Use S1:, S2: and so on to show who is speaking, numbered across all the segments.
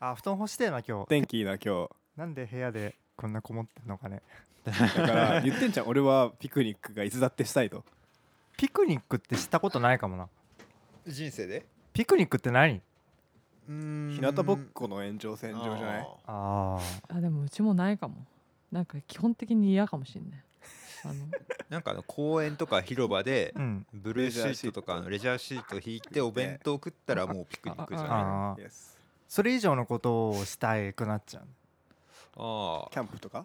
S1: あ布団干してえな今日
S2: 天気いいな今日
S1: なんで部屋でこんなこもってんのかね
S2: だから言ってんじゃん俺はピクニックがいつだってしたいと
S1: ピクニックってしたことないかもな
S3: 人生で
S1: ピクニックって何
S3: うーん
S2: 日向ぼっこの炎上線上じゃない
S3: あ
S1: あ
S4: あでもうちもないかもなんか基本的に嫌かもしんないあの
S3: ーなんかあの公園とか広場で
S1: ーうん
S3: ブルーシートとかのレジャーシート引いてお弁当食ったらも うピクニックじゃないあ
S1: あー
S2: Yes
S1: それ以上のことをしたいくなっちゃ
S3: あ
S2: キャンプとか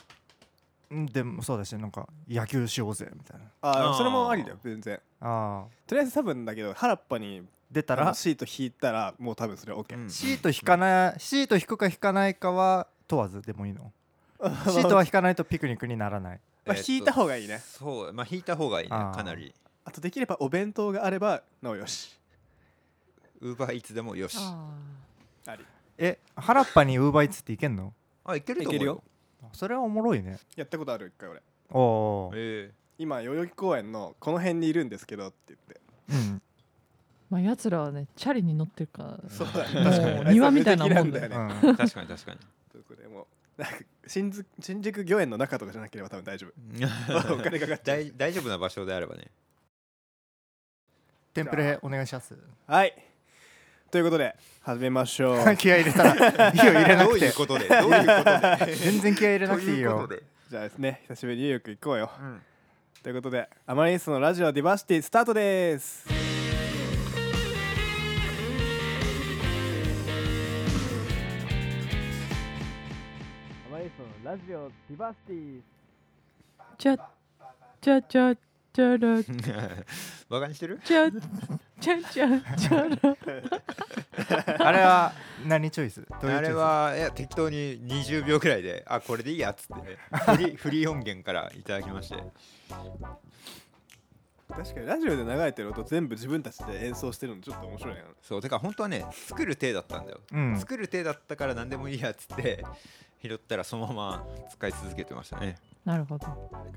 S1: ううんでもそうだしなんか野球しようぜみたいな
S2: あ
S3: あ
S2: あ
S3: ー
S2: それもありだよ全然
S1: ああ
S2: とりあえず多分だけど原っぱに
S1: 出たら
S2: らシート引いたらもう多分それは OK、
S3: うん
S1: シート引かないシート引くか引かないかは問わずでもいいのシートは引かないとピクニックにならない
S2: まあ引いた方がいいね
S3: そうまあ引いた方がいいね
S1: あー
S3: かなり
S2: あとできればお弁当があればなおよし
S3: ウーバーイーツでもよし
S4: あ
S2: あり
S1: え原っぱにウーバーイーツって行けんの
S3: あいけると
S2: いける
S3: 思う
S2: よ
S3: よ
S1: それはおもろいね
S2: やったことある一回俺
S1: おおー
S3: え
S2: 今代々木公園のこの辺にいるんですけどって言って
S1: うん
S4: まあやつらはねチャリに乗ってるから
S2: そうだね
S4: もう
S2: 確かにね
S4: 庭みたいなもんだよ
S2: それ無敵
S1: う
S2: だよね
S1: ん
S3: え確かに確かに
S2: そこでもうなんか新宿新宿御苑の中とかじゃなければ多分大丈夫お金かかっちゃう
S3: 大大丈夫な場所であればね
S1: テンプレお願いします
S2: はいということで始めましょう
S1: 気合い入れたら火を入れな
S3: どう
S1: く
S3: い
S1: て
S3: うことでどういうことで
S1: 全然気合い入れなくていい
S3: とうこ
S1: よ
S3: とで
S2: じゃあですね久しぶりにニューヨーク行こうよ
S3: うん
S2: ということでアマリスのラジオディバーシティスタートですアマリスのラジオディバーシティ
S4: ちゃちゃちゃちゃらち
S3: バカにしてる
S4: ゃちゃちゃちゃら
S1: あれは何チョイスどういうチョイス
S3: あれはいや適当に20秒くらいであこれでいいやっつってねフリーフリー音源からいただきまして
S2: 確かにラジオで流れてる音全部自分たちで演奏してるのちょっと面白いな
S3: そうてか本当はね作る手だったんだよ、
S1: うん
S3: 作る手だったから何でもいいやっつって拾ったらそのまま使い続けてましたね
S4: なるほど
S2: 確かに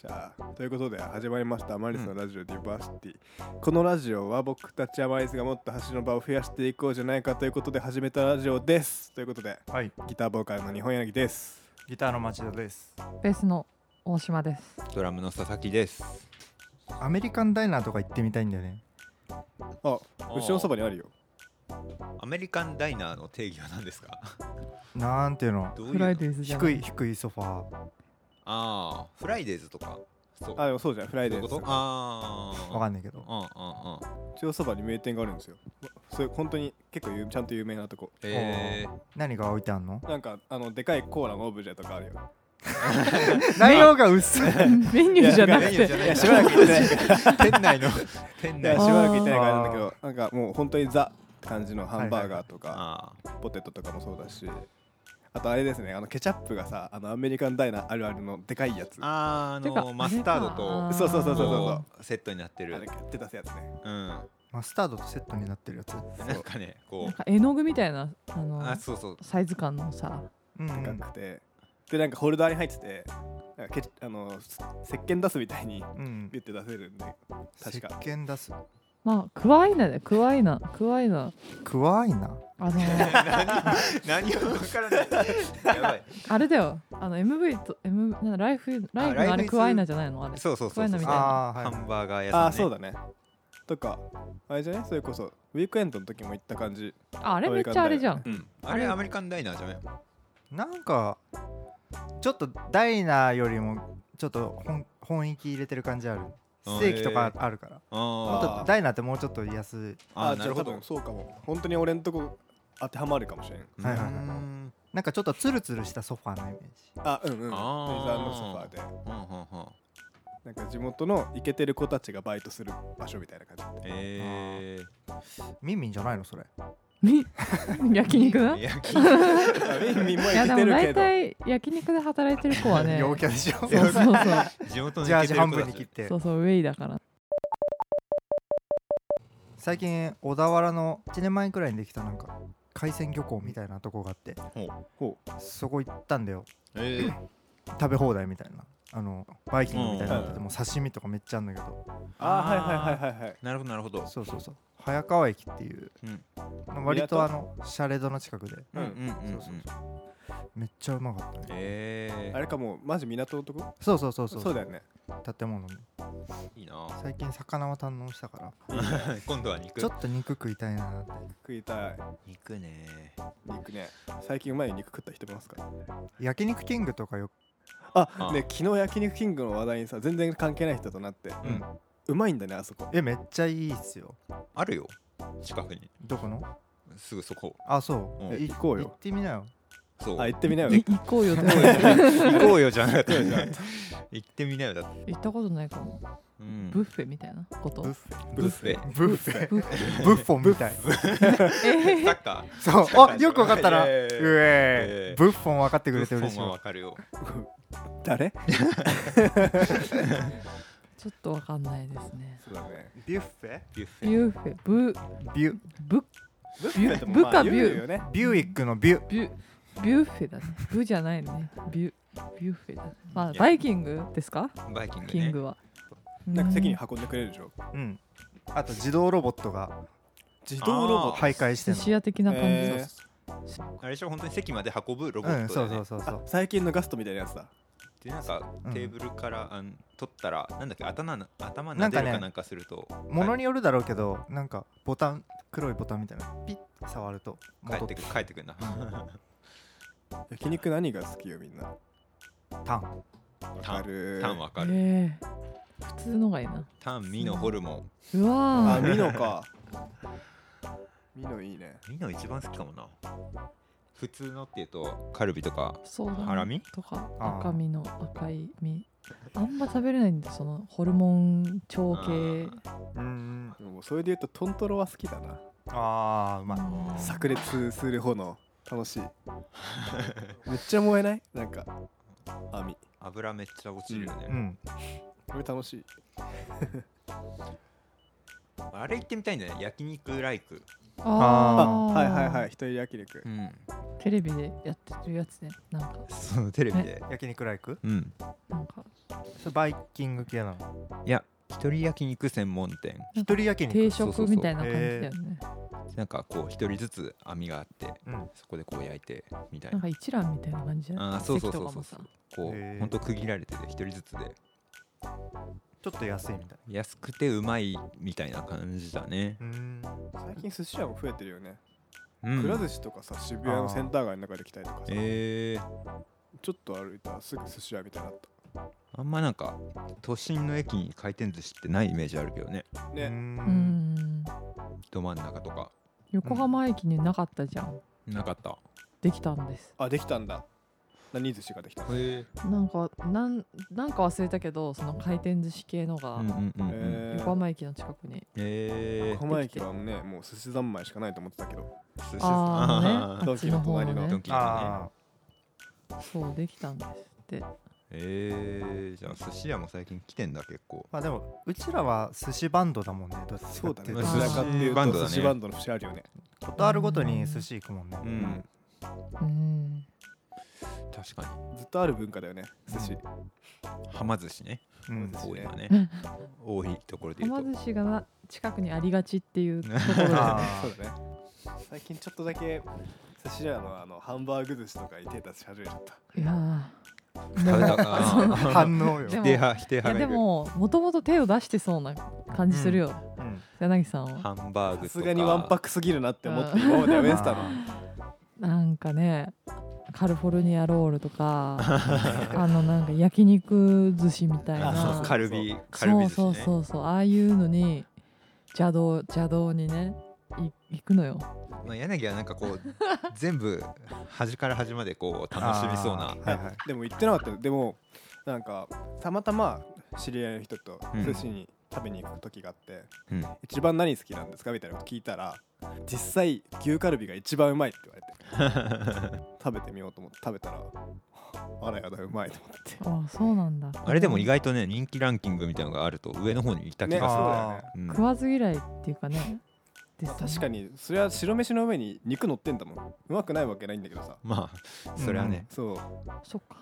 S2: じゃあということで始まりました「アマリスのラジオディバーシティ」このラジオは僕たちアマリスがもっと橋の場を増やしていこうじゃないかということで始めたラジオですということで
S1: はい
S2: ギターボーカルの日本柳です
S1: ギターの町田です
S4: ベースの大島です
S3: ドラムの佐々木です
S1: アメリカンダイナーとか行ってみたいんだよね
S2: あ後ろそばにあるよ
S3: アメリカンダイナーの定義は何ですか
S1: なんていうの
S3: どういう
S4: フライデーズじゃな
S1: 低
S4: い
S1: い低いソファー
S3: ああフライデーズとかそう
S2: あでもそうじゃんフライ
S3: そうい
S2: デー
S3: うこ
S2: です
S3: と
S2: よ
S3: あ
S1: わ
S3: あ
S1: かんないけど
S3: うんうんうん
S2: 後ろそばに名店があるんですよわそういう本当に結構有ちゃんと有名なとこ
S3: えー
S1: 何が置いてあんの
S2: なんかあのでかいコーラのオブジェとかあるよ
S1: 内容が薄い
S4: メニューじゃなく
S3: メニューじ
S4: て
S3: ゃない
S2: いやしばらく行ってないい
S3: 店内の店内
S2: やし
S3: の
S2: ばらく行ってないからあれなんだけどなんかもう本当にザって感じのハンバーガーとか、
S3: あー
S2: ポテトとかもそうだしあとあれですねあのケチャップがさあのアメリカンダイナーあるあるのでかいやつあ
S3: あーあのマスタードと
S2: そうそうそうそうそう
S3: こうセットになってる
S2: れ買って出すやつね
S3: うん
S1: マスタードとセットになってるやつ
S3: なんかねこ
S4: なん
S3: う
S4: か絵の具みたいなあの
S3: あそうそう
S4: サイズ感のさ
S1: うんう
S2: でか
S1: ん
S2: くてでなんかホルダーに入っててなんかケチあのす石鹸出すみたいに
S1: うん
S2: ビュッて出せるんで確か
S1: 石鹸出す
S4: まあクワイナだよクワイナクワイナ
S1: クワイナ
S4: あの
S3: 何を分か らないやばい
S4: あれだよあの MV と M なんだライフライフの
S3: ライフ
S4: あれ
S3: is-
S4: クワイナじゃないのあれ
S3: そうそうそうそう
S4: こういうのみたいな
S1: ああ
S3: ハ
S1: はい
S3: ンバーガー屋さん、ね、
S2: ああそうだねとかあれじゃねそれこそウィークエンドの時も行った感じ
S4: ああれめっちゃあれじゃん
S3: うん、あれアメリカンダイナーじゃない
S1: なんかちょっとダイナーよりもちょっと本本域入れてる感じある
S3: あ
S1: ステーキとかあるからもっ
S3: あ
S1: とダイナーってもうちょっと安い
S3: ああ
S2: あ
S3: ー
S2: あ
S3: なるほ
S2: じゃあ多
S3: ど
S2: 分そうかも本当に俺んとこ当てはまるかもしれん
S1: はいはいはいはいう
S3: ーん
S1: なんかちょっとツルツルしたソファーのイメージ
S2: あうんうんレザー
S3: あー
S2: のソファーで
S3: ほんほんほん
S2: なんか地元のイケてる子たちがバイトする場所みたいな感 じ
S3: え
S1: ミンミンじゃないのそれ
S4: み 焼肉だ
S3: ー、いやき
S2: ミンミンも
S4: いや
S2: 生きて
S4: でも大
S2: るけど
S4: 体焼肉で働いてる子 はね
S1: 陽キャでしょ
S4: そうそうそう
S3: 地元の
S1: ジャージ半分に切
S3: 切
S1: っ。て
S4: そうそうウェイだから
S1: 最近小田原の1年前くらいにできたなんか海鮮漁港みたいなとこがあって
S3: ほう
S2: ほ
S1: そこ行ったんだよ
S3: えー、
S1: 食べ放題みたいなあのバイキングみたいになっててもう刺身とかめっちゃあるんだけど
S2: あーはいはいはいはいはい
S3: なるほどなるほど
S1: そうそうそう早川駅っていう、
S3: うん
S1: 割とあのシャレドの近くで
S3: うんうんうんう
S1: そ
S3: ん
S1: うそうめっちゃうまかったね
S3: え
S2: あれかもうマジ港のとこ
S1: そうそうそうそ
S2: そううだよね
S1: 建物も
S3: いいな
S1: 最近魚は堪能したから
S3: 今度は肉
S1: ちょっと肉食いたいなって
S2: 食いたい
S3: 肉ね
S2: 肉ね最近うまい肉食った人いますか
S1: 焼肉キングとかよく
S2: あ
S3: あ
S2: ね昨日焼肉キングの話題にさ全然関係ない人となって
S3: うん
S2: うまいんだねあそこ
S1: えめっちゃいいっすよ
S3: あるよ近くに
S1: どこの
S3: すぐそこ
S1: あそう、
S3: うん
S1: え
S2: 行こうよ
S1: 行ってみなよ
S3: そう
S2: あ行ってみなよ
S4: い行こうよって
S3: 行こうよ行こうよじゃなかった行ってみなよだって
S4: 行ったことないかも、
S3: うん
S4: ブッフェみたいなこと
S1: ブッフェ
S3: ブッフェ
S1: ブッフェ
S4: ブッフェ
S1: ブッフォンみたい
S3: サッカー
S1: そうあよくわかったなう
S3: イエ
S1: え
S3: ーイイエーイ
S1: ブッフォン分かってくれて
S3: ブッ
S1: 嬉
S3: フ
S1: しい
S3: ォンは
S1: わ
S3: わかるよ
S2: 誰
S4: ちょっとわかんないですね
S2: そうだね
S1: ビュッフェ
S3: ビュッフ
S4: ビ
S3: ェ
S4: ュッフェブ
S1: ビュ
S4: ブ
S2: ブッフェとも
S4: ブッ
S2: まあ
S4: かビュ
S2: 言うよね
S1: ビューイックのビュ
S4: ビュビュッフェだねブじゃないねビュビュッフェだねまあ
S3: いや
S4: バイキングですか
S3: バイキングね
S4: キングは
S2: なんか席に
S4: うん
S2: 運んでくれるでしょ
S1: うんあと自動ロボットが
S2: 自動ロボット
S1: 徘徊して
S4: 寿
S1: ん
S4: 司屋的な感じ
S2: えー
S3: あれでしょ本当に席まで運ぶロボ
S1: のう
S3: ッ
S1: ん
S3: トだ
S1: そ
S3: よ
S1: う
S3: ね
S1: そうそうそう
S2: 最近のガストみたいなやつだ
S3: でなんか
S1: うん
S3: テーブルから、あん取ったらなんだっけ頭な頭
S1: な
S3: なんで
S1: かね
S3: るかなんかすると
S1: もの
S3: に
S1: によるだろうけどなんかボタン黒いボタンみたいなピッて触ると
S3: 帰
S1: 戻
S3: っ
S1: って
S3: てくる帰ってくるな
S2: 焼肉何が好きよみんなわ
S1: タン
S2: かる
S3: タンわかる
S4: えー普通のがいいな
S3: タンミノホルモン
S4: う
S2: あ
S4: わー
S2: ミノかミノいいね
S3: ミノ一番好きかもな普通のっていうとカルビとか
S4: そうだね
S3: ハラミ
S4: とか
S1: あー
S4: 赤身の赤い身あんま食べれないんだそのホルモン調系
S1: うん
S2: でもそれで言うとトントロは好きだな
S1: あーうまい
S4: うん
S2: 炸裂する方の楽しいめっちゃ燃えないなんか網
S3: 油めっちゃ落ちるよね、
S1: うん
S2: これ楽しい
S3: あれ行ってみたいんだよね焼肉ライク、
S1: あ
S2: あ
S4: あー
S2: はいはいはい一人焼肉
S3: うん、
S4: テレビでやってるやつねなんか
S3: そのテレビで
S1: 焼肉ライク
S3: うん
S4: なんか
S1: それバイキング系なの
S3: いや一人焼肉専門店
S1: 一人焼
S4: 定
S1: 肉
S3: そうそう
S4: 食
S3: そう
S4: みたいな感じだよね
S3: なんかこう一人ずつ網があって
S1: うん
S3: そこでこう焼いてみたい
S4: な
S3: なん
S4: か一覧みたいな感じじゃない
S3: あーそうそうそうそう
S4: 席とかもさ
S3: こ
S1: へー
S3: うほんと区切られてて一人ずつで
S1: ちょっと安いみたい
S3: 安くてうまいみたいな感じだね、
S1: なうん
S2: 最近寿司屋も増えてるよね
S3: うん、
S2: くら寿司とかさ渋谷のセンター街の中で来たりとかさ
S3: えー、
S2: ちょっと歩いたらすぐ寿司屋みたいになっ
S3: あんまなんか都心の駅に回転寿司ってないイメージあるけどね
S2: た
S1: う
S2: ね
S4: うんん
S3: ど真ん中とか
S4: 横浜駅になかったじゃん
S3: なかった
S4: できたんです
S2: あできたんだ何寿司ができたの
S3: へえ
S4: なんかなんなんか忘れたけどその回転寿司系のが
S3: うんうんうんうん
S2: えー
S4: 横浜駅の近くに
S3: えー
S2: 横浜駅はねもう寿司三昧しかないと思ってたけど
S3: 寿司
S4: ああねあ
S2: ド
S4: っ
S2: ン
S4: ち
S2: キ
S4: の
S2: の
S4: 方
S2: 隣
S4: の
S2: の
S4: ね
S3: ドンキのね
S1: あ
S4: そうできたんですって
S3: えー、じゃあ寿司屋も最近来てんだ結構
S1: ーまあでもうちらは寿司バンドだもんねどっちかってい
S2: そうだね
S1: と
S2: ど
S3: まあ
S2: ちらかっていう
S3: バンド
S2: と
S3: だ
S2: 寿
S3: ね
S2: 司バンドの節あるよね
S1: ことあるごとに寿司行くもんね
S3: う
S2: うんん
S4: うん
S3: 確か
S2: ずっとある文化だよね寿司
S3: にはま寿司ね
S1: うん
S3: 多いわね
S4: うん
S3: 多いところで言
S4: はま
S3: う
S4: 寿
S3: と
S4: 司がな近くにありがちっていうとこ ろで
S1: あ
S2: そうだね最近ちょっとだけ寿司屋のあのハンバーグ寿司とかに手出し始めちゃった
S4: いやー
S3: 食べ たか
S1: 反応よ
S4: で
S3: 否
S4: も
S3: 定派否定
S4: いや
S3: 派
S4: でももともと手を出してそうな感じするよ、
S1: うん
S4: 柳さんは
S3: ハンバーグと
S2: さ
S3: か
S2: すがにわんぱくすぎるなって思っ
S4: う
S2: て
S4: ん
S2: 今までやめてたの
S4: なんかねカリフォルニアロールと かあのなんか焼肉寿司みたい
S3: あ
S2: あ
S3: そ
S4: な
S3: うカルビカル
S4: そ
S3: ビ
S4: う
S3: 寿司
S4: そう
S3: ね
S4: そうそうああいうのに邪道邪道にねい行くのよ
S3: まあ、柳はなんかこう全部端から端までこう楽しみそうな
S1: あーはいはい
S2: でも行ってなかったよでもなんかたまたま知り合いの人と
S3: うん
S2: 寿司に食べに行く時があって、
S3: うん
S2: 一番何好きなんですかみたいなこと聞いたら実際牛カルビが一番うまいって言われて 食べてみようと思って食べたらあらやだうまいと思って
S4: ああそうなんだ
S3: あれでも意外とね人気ランキングみたいなのがあると上の方にいた気
S2: ね
S3: が
S2: あ
S3: す
S2: そ
S3: る、
S2: うだよね
S1: あ
S3: うん
S4: 食わず嫌いっていうかねです
S2: まあ
S4: よね
S2: 確かにそれは白飯の上に肉乗ってんだもんうまくないわけないんだけどさ
S3: まあそれはね、
S2: そう
S4: そっか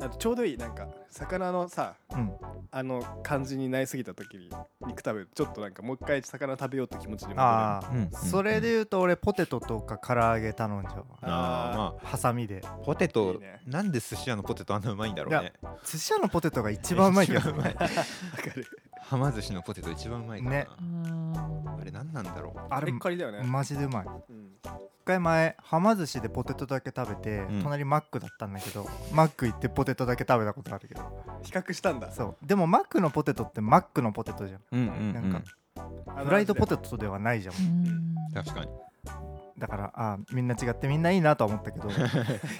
S2: あとちょうどいいなんか魚のさ
S1: うん
S2: あの感じになりすぎた時に肉食べるちょっとなんかもう一回魚食べようって気持ちにもな
S1: あ
S2: る
S1: あ、
S3: うん
S1: それで言うと俺ポテトとか唐揚げ頼んじゃうわ
S3: あーま
S1: ハサミで
S3: あポテト
S2: いいね
S3: なんで寿司屋のポテトあんなうまいんだろうね
S1: 寿司屋のポテトが一番うまいけど
S3: 一番うまい
S2: わかる
S3: はま寿司のポテト一番うまいから
S1: ね
S4: う
S3: な、
S4: ん
S3: あれ何なんだろう
S1: あ
S2: あれ
S1: れ
S2: っかりだよね、
S1: マジでうまい
S2: うん
S1: 一回前はま寿司でポテトだけ食べて、
S3: ん
S1: 隣マックだったんだけどマック行ってポテトだけ食べたことあるけど
S2: 比較したんだ
S1: そうでもマックのポテトってマックのポテトじゃん
S3: うんうん、
S1: なんかフライドポテトではないじゃん
S3: 確かに
S1: だからあーみんな違ってみんないいなとは思ったけど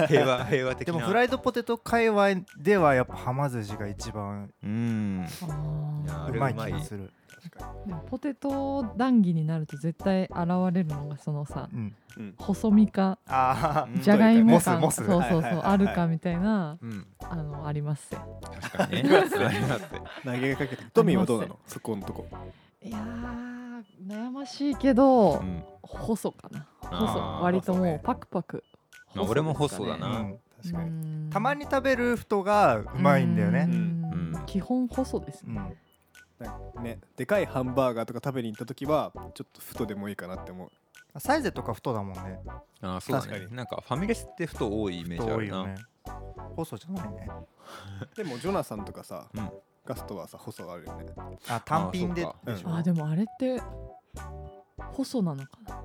S3: 平和平和的
S1: で
S3: な
S1: もフライドポテト界隈ではやっぱはま寿司が一番
S3: うん
S4: あ
S3: いや
S4: ー
S3: あ
S1: う
S3: れ
S1: まいう気
S3: まい
S1: がする
S4: でもポテト談義になると絶対現れるのがそのさ
S1: うん
S2: うん
S4: 細身か
S1: あ
S3: うん
S4: じゃがいも
S1: モ
S4: 感
S1: ス
S4: そ
S1: モ
S4: う
S1: ス
S4: そう
S2: はい
S4: そう
S2: はいはいはい
S4: あるかみたいな
S3: うん
S4: あのあります
S3: 確か にねありますね
S2: 投げかけてトミーはどうなのそこのとこ
S4: いやー悩ましいけど、
S3: うん
S4: 細かな
S3: あー
S4: 細割とも
S2: 細
S4: う
S2: ね
S4: パクパク、
S3: まあ俺も細だ
S1: う
S3: なあ
S1: ん
S2: 確かに
S1: たまに食べる人がうまいんだよね
S4: うん
S3: うん
S4: 基本細です
S1: う
S4: ね、
S1: ん
S2: なんかねでかいハンバーガーとか食べに行った時はちょっと太でもいいかなって思う
S1: サイゼとか太だもんね
S3: あーそうだ
S2: 確
S3: ね
S2: かに
S3: なんかファミレスって太多いイメージあ
S1: 太い
S3: るな、
S1: よね細じゃないね
S2: でもジョナサンとかさ、
S3: うん
S2: ガストはさ細があるよね
S1: あ単品で
S3: あ
S2: そうか
S1: でし
S2: うん
S1: ょ
S4: あーでもあれって細なのかな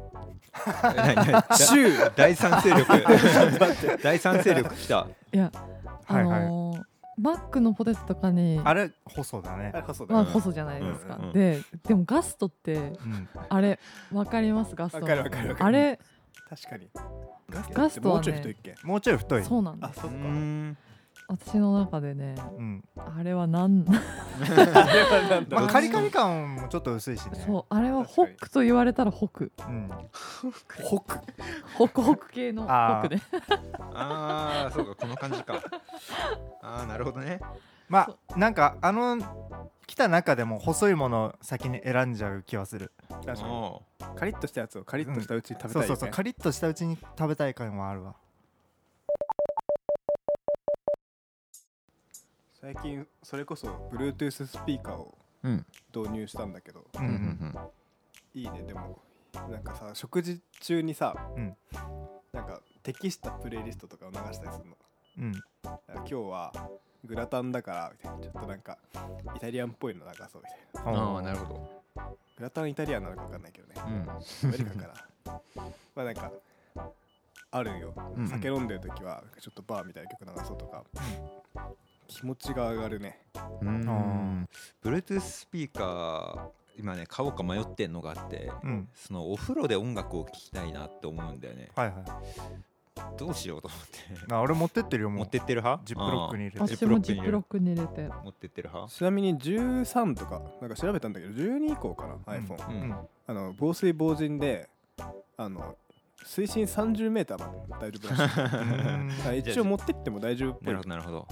S3: え何何
S2: 週
S3: 第三勢 力第三勢力来た
S4: いや
S1: は
S4: あ
S1: いはい
S4: のーマックのポテトとかに
S1: あれ細だね
S2: あれ細だ
S4: ま
S2: よ
S4: あ
S2: ね
S4: 細じゃないですか、
S3: うんうんうん
S4: ででもガストって
S1: うん
S4: あれわかりますガス
S2: わ
S4: トの
S2: かるわかるわかる
S4: あれ
S2: 確かに
S4: ガスト
S2: もう
S4: は
S2: ちょい太い
S4: ね
S2: っけ
S1: もうちょい太い
S4: そうなんで
S2: あ
S4: す
S2: そっか
S3: うん
S4: 私の中でね
S1: うん
S4: あれはなん
S2: あれはなんだ
S1: ま
S2: ろ
S1: あ
S2: う
S1: カリカリ感もちょっと薄いしね
S4: そうあれはホックと言われたらホク
S1: うん
S2: ホク
S4: ホクホク系の
S1: あー
S4: ホクで
S3: ああそうかこの感じかああなるほどね
S1: まあなんかあの来た中でも細いものを先に選んじゃう気はする
S2: 確かに
S3: お
S2: カリッとしたやつをカリッとしたうちに食べたい
S1: そう
S2: よね
S1: そうそうカリッとしたうちに食べたい感もあるわ
S2: 最近それこそ Bluetooth スピーカーを
S3: うん
S2: 導入したんだけど、
S1: う
S3: うんん
S1: う
S3: うんん
S2: いいねでもなんかさ食事中にさ、
S1: うん
S2: なんか適したプレイリストとかを流したりするの
S1: うん
S2: だから今日はグラタンだからみたいなちょっとなんかイタリアンっぽいの流そうみたいな
S3: うんああなるほど
S2: グラタンイタリアンなのか分かんないけどね
S3: うん
S2: アメリカからまあなん かあるよ、
S3: うん
S2: 酒飲んでる時はちょっとバーみたいな曲流そうとか、気持ちが上がるね
S3: うーん Bluetooth スピーカー今ね買おうか迷ってんのがあって、
S1: うん
S3: そのお風呂で音楽を聴きたいなって思うんだよね
S1: はいはい
S3: どうしようと思って
S1: あ俺持ってってるよもう
S3: 持ってってる派
S1: ジップロックに入れて
S3: あー
S4: 私もジッ
S3: に入
S4: プ
S3: れ
S4: ロッ
S3: る
S4: クに入れて
S3: 持ってってる派
S2: ちなみに13とかなんか調べたんだけど12以降かな iPhone、
S3: う
S1: うん
S3: ん
S2: あの防水防塵であの水深 30m まで大丈夫らしいだ
S1: うん
S2: から一応持ってっても大丈夫っぽ
S3: ないるほどなるほど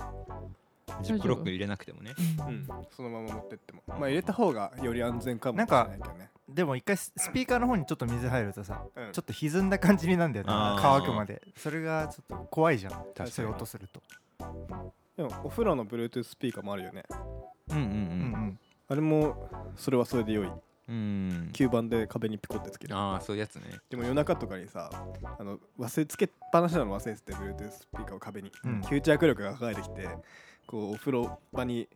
S3: ジップロック入れなくてもね
S4: う
S2: うんん、そのまま持ってってもまあ入れた方がより安全かも
S1: なん
S2: しれ
S1: か
S2: ないけどね
S1: でも一回ススピーカーの方にちょっと水入るとさ
S2: うん
S1: ちょっと歪んだ感じになんだよね
S3: あー
S1: 乾くまでそれがちょっと怖いじゃん
S3: かに
S1: そういう音すると
S2: でもお風呂の Bluetooth スピーカーもあるよね
S3: うん
S1: う
S3: う
S1: ん
S2: あれもそれはそれで良い
S3: うんうん
S2: 吸盤で壁にピコってつける
S3: ああそういうやつね
S2: でも夜中とかにさあの忘れつけっぱなしなの忘れてて Bluetooth スピーカーを壁に、
S1: うん
S2: 吸着力が抱えてきてこうお風呂場に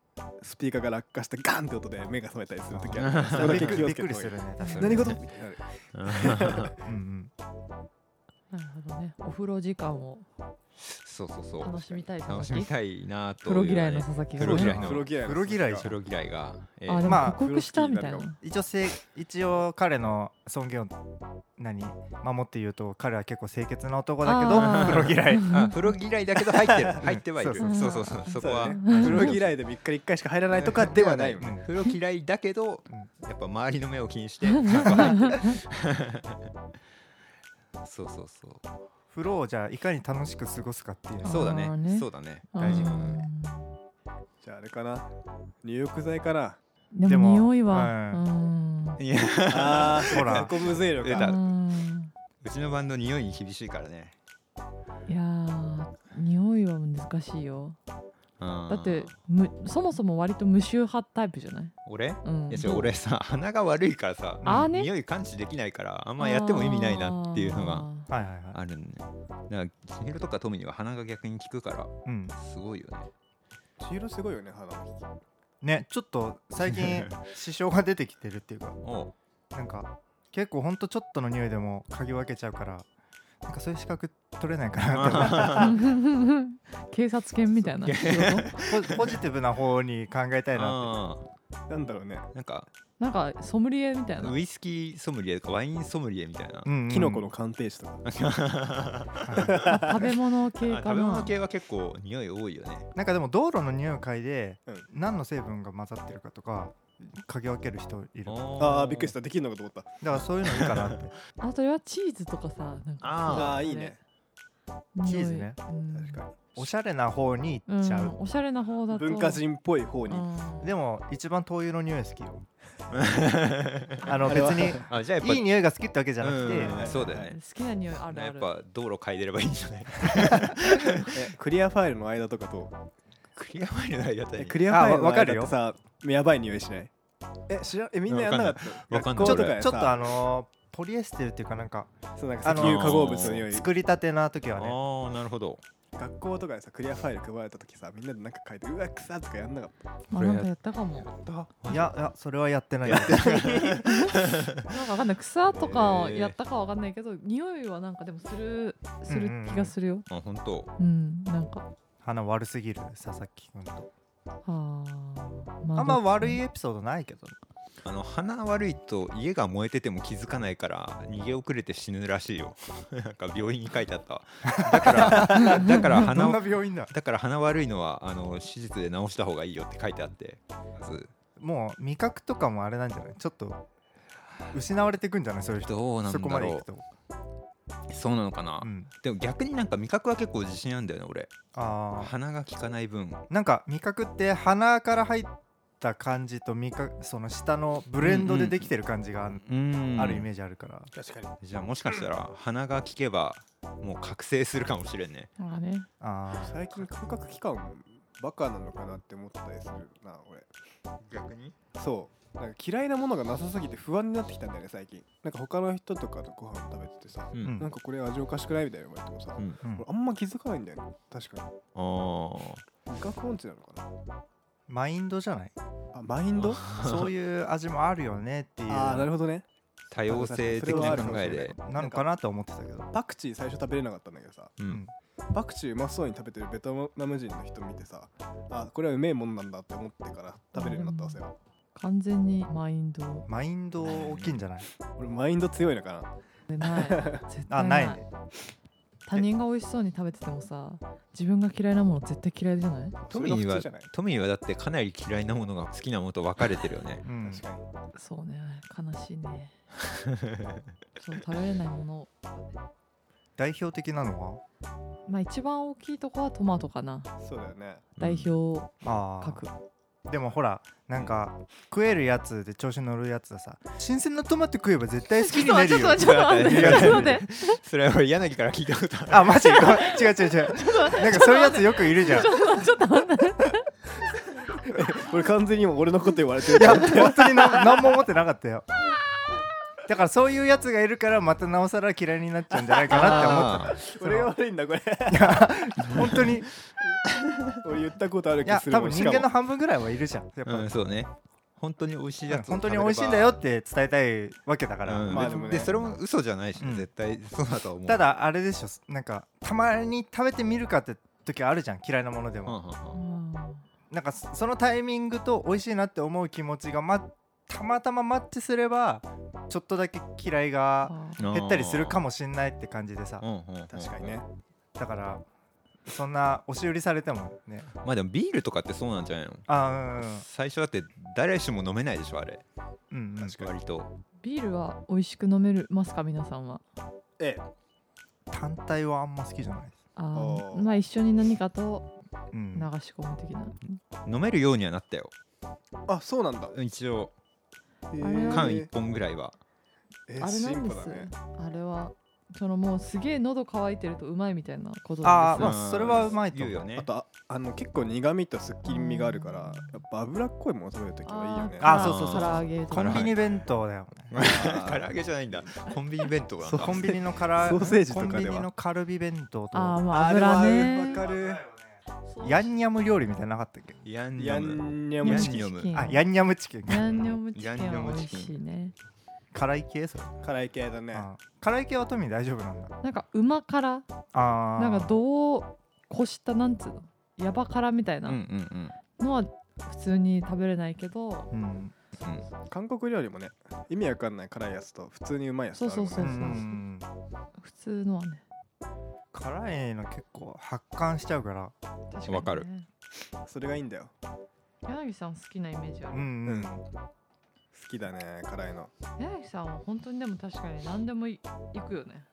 S2: スピーカーが落下してガンって音で目が覚めたりする時ある それ
S1: うん
S2: だ
S1: びっ
S2: け
S1: く
S2: 気
S1: り
S2: を
S1: び
S2: つ
S1: っく
S2: けて
S1: りするね確かに
S2: 何事みたいになる
S1: うんうん
S4: なるほどねお風呂時間を
S3: そうそうそう
S4: 楽しみたい
S3: 楽しみたいなと
S4: プロ嫌いの
S3: ね
S4: 佐々木が
S3: 風呂
S4: ね
S3: 嫌いの
S2: 風呂嫌いの
S1: 風呂嫌いじゃ
S3: プロ嫌いがえ
S4: あで
S3: ー
S4: も
S1: まあ
S4: 克服したみたい
S2: 風呂
S4: な
S2: 好きに
S1: 一応せい一応彼の尊厳を何守って言うと彼は結構清潔な男だけど
S4: あー
S1: 風呂嫌い
S3: あ風呂嫌いだけど入ってる入ってはいる
S1: そう
S3: そ
S4: そう
S3: そう
S4: う
S3: そうそこは
S2: そうだね風呂嫌いで3日に1回しか入らないとかではないよね
S1: ね
S3: 風呂嫌いだけど
S1: う
S3: やっぱ周りの目を気にしてちゃんと入ってる そうそうそう
S1: 風呂をじゃあいかに楽しく過ごすかっていう
S4: あー
S3: そうだね
S4: ね
S3: そうだね
S1: 大事なの
S4: ね
S2: じゃああれかな入浴剤かな
S1: で
S4: で
S1: も
S4: も匂い
S1: は
S4: はいうん
S3: いや
S2: あ ー
S1: ほら
S2: コムゼロ
S3: 出
S2: か
S3: た
S4: うん
S3: うちのバンド匂いに厳しいからね
S4: いやー匂いは難しいよだってむそもそも割と無臭派タイプじゃない、
S3: 俺
S4: うん、
S3: いや違う俺さ鼻が悪いからさ
S4: あーね
S3: 匂い感知できないからあんまやっても意味ないなっていうのが
S4: あ
S1: はいはいはい
S3: あるんねだから千尋とかトミーは鼻が逆に効くから
S1: うん
S3: すごいよね
S2: 千尋すごいよね鼻の
S1: ねちょっと最 近支障が出てきてるっていうか
S3: おう
S1: なんか結構ほんとちょっとの匂いでも嗅ぎ分けちゃうからなんかそういう資格取れないかなって思っ
S4: ー 警察犬みたいな仕事
S1: てポポジティブな方に考えたいなっ
S2: 毛なんだろうね
S3: うんなんか
S4: なんかソムリエみたい な
S3: ウイスキーソムリエとかワインソムリエみたいな
S1: て、うんうん
S2: キノコの鑑定士とか
S1: はい
S4: あ食べ物系
S3: あ
S4: か
S3: 食べ物
S4: な
S3: 系は結構匂い多いよね
S1: なんかでも道路の匂い嗅いで
S2: うん
S1: 何の成分が混ざってるかとか嗅ぎ分ける人いるだか
S2: ああびっくりしたたできんのかと思った
S1: らそういうのいいかなって
S4: あとはチーズとかさなんか
S3: あ
S2: あ
S4: あ
S2: あ
S4: れ
S2: ーいいね
S1: チーズね
S4: 匂いうん
S2: 確か
S1: おしゃれな方に
S4: う
S1: 行っちゃ
S4: ん
S1: う、
S4: おしゃれな方だ
S2: に
S4: と
S2: 文化人っぽい方
S4: う
S2: に
S4: ん
S1: でも一番灯油の匂い好きよあの
S2: あ
S1: 別
S2: れは
S1: に
S3: あじゃあやっぱ
S1: いい匂いが好きってわけじゃなくて、
S3: うんそうだよね
S4: 好きな匂いある
S3: や
S4: あ
S3: っ
S4: る
S3: ぱ道路嗅いでればいいんじゃない
S2: えクリアファイルの間とかと
S3: クリアファイルの間だ
S2: え
S3: よ
S2: クリアファイルの
S1: あわか
S2: 間
S1: る
S2: だ
S1: よ
S2: ってさやばい匂いしないえ知らえみんなやんなかった
S3: わかんない
S2: 学
S1: ちょっ
S2: 校と
S1: と
S2: かで
S1: ちょっとあ
S2: さ
S1: のーポリエステルっていうかなんか
S2: そうなんか石油化合物の匂い
S1: 作りたてな時はね
S3: ああなるほど
S2: 学校とかでさクリアファイル配られた時さみんなでなんか書いてうわ草とかやんなかっ
S4: まあなんかやったかも
S1: いやいやそれはやってないです
S4: なんかわかんない草とかやったかわかんないけど、匂いはなんかでもするする気がするよ。
S3: あ本当
S4: うん、なんか
S1: 鼻悪すぎる佐々木君と
S4: あー、ま
S1: あんま悪い
S4: だ
S1: エピソードないけどね
S3: あの鼻悪いと家が燃えてても気づかないから逃げ遅れて死ぬらしいよ なんか病院に書いてあったわ だからだから
S1: どん
S3: 鼻
S1: な病院だ
S3: だから鼻悪いのはあの手術で治した方がいいよって書いてあってまず
S1: もう味覚とかもあれなんじゃないちょっと失われていくんじゃないそういう人
S3: どうなん
S1: そこ
S3: だ
S1: までい
S3: ろ
S1: くと、
S3: うそうなのかな、
S1: うん、
S3: でも逆になんか味覚は結構自信あるんだよね俺
S1: あー
S3: 鼻が効かない分
S1: なんか味覚って鼻から入った感じと味覚その下のブレンドでできてる感じがあ,、
S3: うん
S1: るイメージあるから
S2: た確かに
S3: じゃあもしかしたら鼻が効けばもう覚醒するかもしれんね
S4: なんかね。
S1: あ
S2: 最近感覚器官バカなのかなって思ったりするな俺
S3: 逆に
S2: そうなんか嫌いなものがなさすぎて不安になってきたんだよね最近なんか他の人とかとご飯食べててさ、
S3: うん、
S1: うん
S2: なんかこれ味おかしくないみたいな言われてもさ、
S3: うん
S1: ー、うん
S2: 俺あんま気づかないんだよね確か
S3: あー
S2: に味覚音痴なのか
S1: マインドじゃ ない
S2: なあマインド
S1: そういう味もあるよねっていう
S2: ああなるほどね
S3: 多様性的な考え
S2: それはある
S3: で、
S1: なのかなと思ってたけど
S2: パクチー最初食べれなかったんだけどさ
S3: うん、
S2: パクチーうまそうに食べてるベトナム人の人見てさあこれはうめえもんなんだって思ってから食べれるようになったわよ
S4: 完全にマインド
S1: マインド大きいんじゃない
S2: 俺マインド強いのか な
S4: でない。絶
S1: あ
S4: 対な。
S1: ないいね
S4: 他人が美味しそうに食べててもさ、自分が嫌いなもの絶対嫌いじゃない？
S3: トミー
S2: それが普
S3: は
S2: 通じゃない
S3: トミーはだってかなり嫌いなものが好きなものと分かれてるよ ね
S1: うん
S2: 確かに
S4: そうね、悲し いね。そう食べれないもの。
S1: 代表的なの
S4: まあ一番大きいとこはトマトかな。
S2: そうだよね
S4: 代表
S1: はあ
S4: 格。
S1: あでもほらなんか食えるやつで調子乗るやつださ新鮮なトマト食えば絶対好きになる
S4: ちょっと
S1: よ
S4: 待ってちょっと待ってちょっと待って。
S3: それは俺柳から聞いたことある
S1: あマジごめん違う違う違うなんかそういうやつよくいるじゃんい
S2: 俺完全に今俺のこと言われてる
S1: や本当にな何も思ってなかったよだからそういうやつがいるからまたなおさら嫌いになっちゃうんじゃないかなって
S3: あー
S1: 思ってた
S2: 俺が
S1: そ
S2: 悪いんだこれ
S1: の本当にい
S2: 俺言ったことある気
S1: や
S2: する
S1: 多
S2: もん
S1: 分
S2: し
S1: 人
S2: か
S1: 間
S2: も
S1: の半分ぐらいはいるじゃんやっぱ、
S3: うんそうね本当に美味しいやつを
S1: 本当に美味しいんだよって伝えたいわけだか
S3: 食べれ
S1: ら、
S3: ば、うん
S2: まあ
S3: で
S2: でもね
S3: でそれも嘘じゃないし、ね
S1: うん
S3: 絶対そうだと思う
S1: た、だあれでしょなんかたまに食べてみるかって時あるじゃん嫌いなもので
S3: うんう
S1: も、
S3: んうん
S4: うん
S1: なんかそそのタイミングと美味しいなって思う気持ちが、ま、たまたまマッチすればちょっとだけ嫌いが
S4: あー
S1: 減ったりするか
S3: も、
S1: もしんないって感じでさ
S3: うんうんうんうん
S2: 確かにね
S1: だからそんな押し売りされてもね
S3: まあでもビールとかってそうなんじゃないの、
S1: あー
S3: 最初だって誰しも飲めないでしょあれ
S1: うんうんうんうん
S2: 確かに
S3: 割と
S4: ビールは美味しく飲めるますか皆さんは。
S2: ええ
S1: 単体はあんま好きじゃないです、
S4: あ
S2: お
S4: ー
S2: ー
S4: まあ一緒に何かと
S1: うん
S4: 流し込む的な。
S3: 飲めるようにはなったよ
S2: あそうなんだ
S3: 一応
S2: え
S4: あれは
S3: 缶1本ぐらいは
S2: え
S4: あれな
S2: 進
S4: ん
S2: 歩
S4: です
S2: だね。
S4: あれはそのもうすげえ喉乾いてるとうまいみたいなこと
S1: あー
S4: なんで
S1: まあそれはうまいと思う
S3: 言うよね
S2: あとああの結構苦味とすっきり味があるからやっぱ脂っこいもの食べるとき
S4: すよ
S2: はいいよね
S1: あーそうそうそう
S4: 唐揚げと
S1: コ
S4: か
S1: ンビニ弁当だよ ね
S3: 唐揚げじゃないんだコンビニ弁当なんだ
S1: コンビニのから
S2: ソーセージとかでは
S1: コンビニのカルビ弁当と
S4: あー
S1: か
S4: まあ油ね
S2: あれはわか
S1: ヤンニャム料理みたいなのなかったっけ
S3: ヤン
S2: る
S3: ニ
S2: ヤ
S3: ョム
S2: ンニ
S3: ヤ
S2: ャ
S3: ンニ
S2: ムチキン
S3: ョム
S4: チキン
S1: あヤンニャムチキン
S4: ヤンニョムチキン
S3: ヤンニョ
S4: は
S3: ム
S4: 美
S3: チ
S4: 味
S3: キン
S4: しいね
S1: 辛い系それ、
S2: 辛い系だね
S1: あー辛い系はトミー大丈夫なんだ
S4: なんか馬辛
S1: あー
S4: なんかどうこしたなんつうのヤバ辛みたい
S3: うん
S4: な
S3: うん
S4: のは普通に食べれないけど、
S1: うん
S3: うんうん
S2: 韓国料理もね意味わかんない辛いやつと普通にうまいやつとあるもんね
S1: う
S4: そうそうそうん普通のはね
S1: 辛いの結構発汗しちゃうから
S4: 確かにね
S3: わかる
S2: それがいいんだよ
S4: 柳さん好きなイメージあ
S1: う
S4: る、
S1: んうん、
S2: うん好きだね辛いの
S4: 柳さんは本当にでも確かに何でもいいくよね